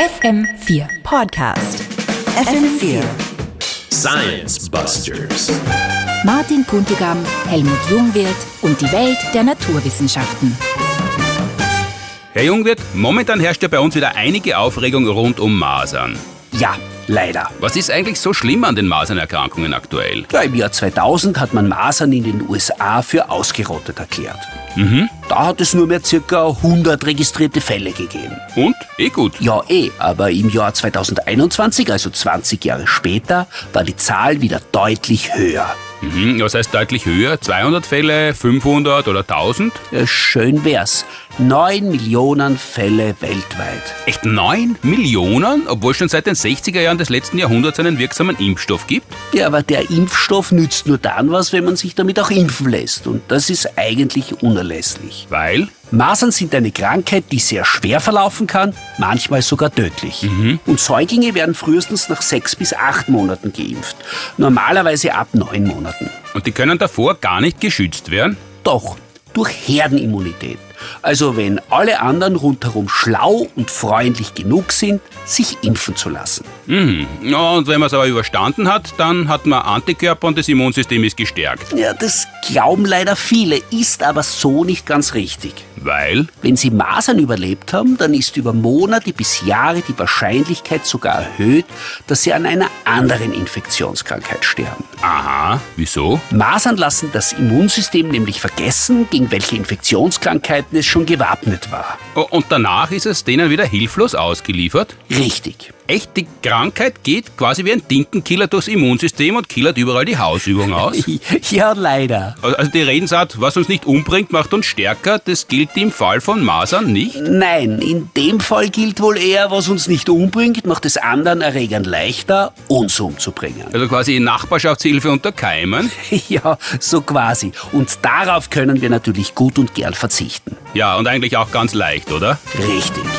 FM4 Podcast. FM4. Science Busters. Martin Kuntigam, Helmut Jungwirth und die Welt der Naturwissenschaften. Herr Jungwirth, momentan herrscht ja bei uns wieder einige Aufregung rund um Masern. Ja, leider. Was ist eigentlich so schlimm an den Masernerkrankungen aktuell? Ja, Im Jahr 2000 hat man Masern in den USA für ausgerottet erklärt. Da hat es nur mehr circa 100 registrierte Fälle gegeben. Und? Eh gut. Ja, eh, aber im Jahr 2021, also 20 Jahre später, war die Zahl wieder deutlich höher. Mhm, das heißt deutlich höher, 200 Fälle, 500 oder 1000? Ja, schön wär's. 9 Millionen Fälle weltweit. Echt 9 Millionen? Obwohl schon seit den 60er Jahren des letzten Jahrhunderts einen wirksamen Impfstoff gibt? Ja, aber der Impfstoff nützt nur dann was, wenn man sich damit auch impfen lässt. Und das ist eigentlich unerlässlich. Weil? Masern sind eine Krankheit, die sehr schwer verlaufen kann, manchmal sogar tödlich. Und Säuglinge werden frühestens nach sechs bis acht Monaten geimpft. Normalerweise ab neun Monaten. Und die können davor gar nicht geschützt werden? Doch, durch Herdenimmunität. Also wenn alle anderen rundherum schlau und freundlich genug sind, sich impfen zu lassen. Mhm. Ja, und wenn man es aber überstanden hat, dann hat man Antikörper und das Immunsystem ist gestärkt. Ja, das glauben leider viele, ist aber so nicht ganz richtig. Weil? Wenn Sie Masern überlebt haben, dann ist über Monate bis Jahre die Wahrscheinlichkeit sogar erhöht, dass Sie an einer anderen Infektionskrankheit sterben. Aha, wieso? Masern lassen das Immunsystem nämlich vergessen, gegen welche Infektionskrankheiten es schon gewappnet war. O- Und danach ist es denen wieder hilflos ausgeliefert? Richtig. Echt, die Krankheit geht quasi wie ein Tintenkiller durchs Immunsystem und killert überall die Hausübung aus? Ja, leider. Also die Redensart, was uns nicht umbringt, macht uns stärker, das gilt im Fall von Masern nicht? Nein, in dem Fall gilt wohl eher, was uns nicht umbringt, macht es anderen Erregern leichter, uns umzubringen. Also quasi Nachbarschaftshilfe unter Keimen? Ja, so quasi. Und darauf können wir natürlich gut und gern verzichten. Ja, und eigentlich auch ganz leicht, oder? Richtig.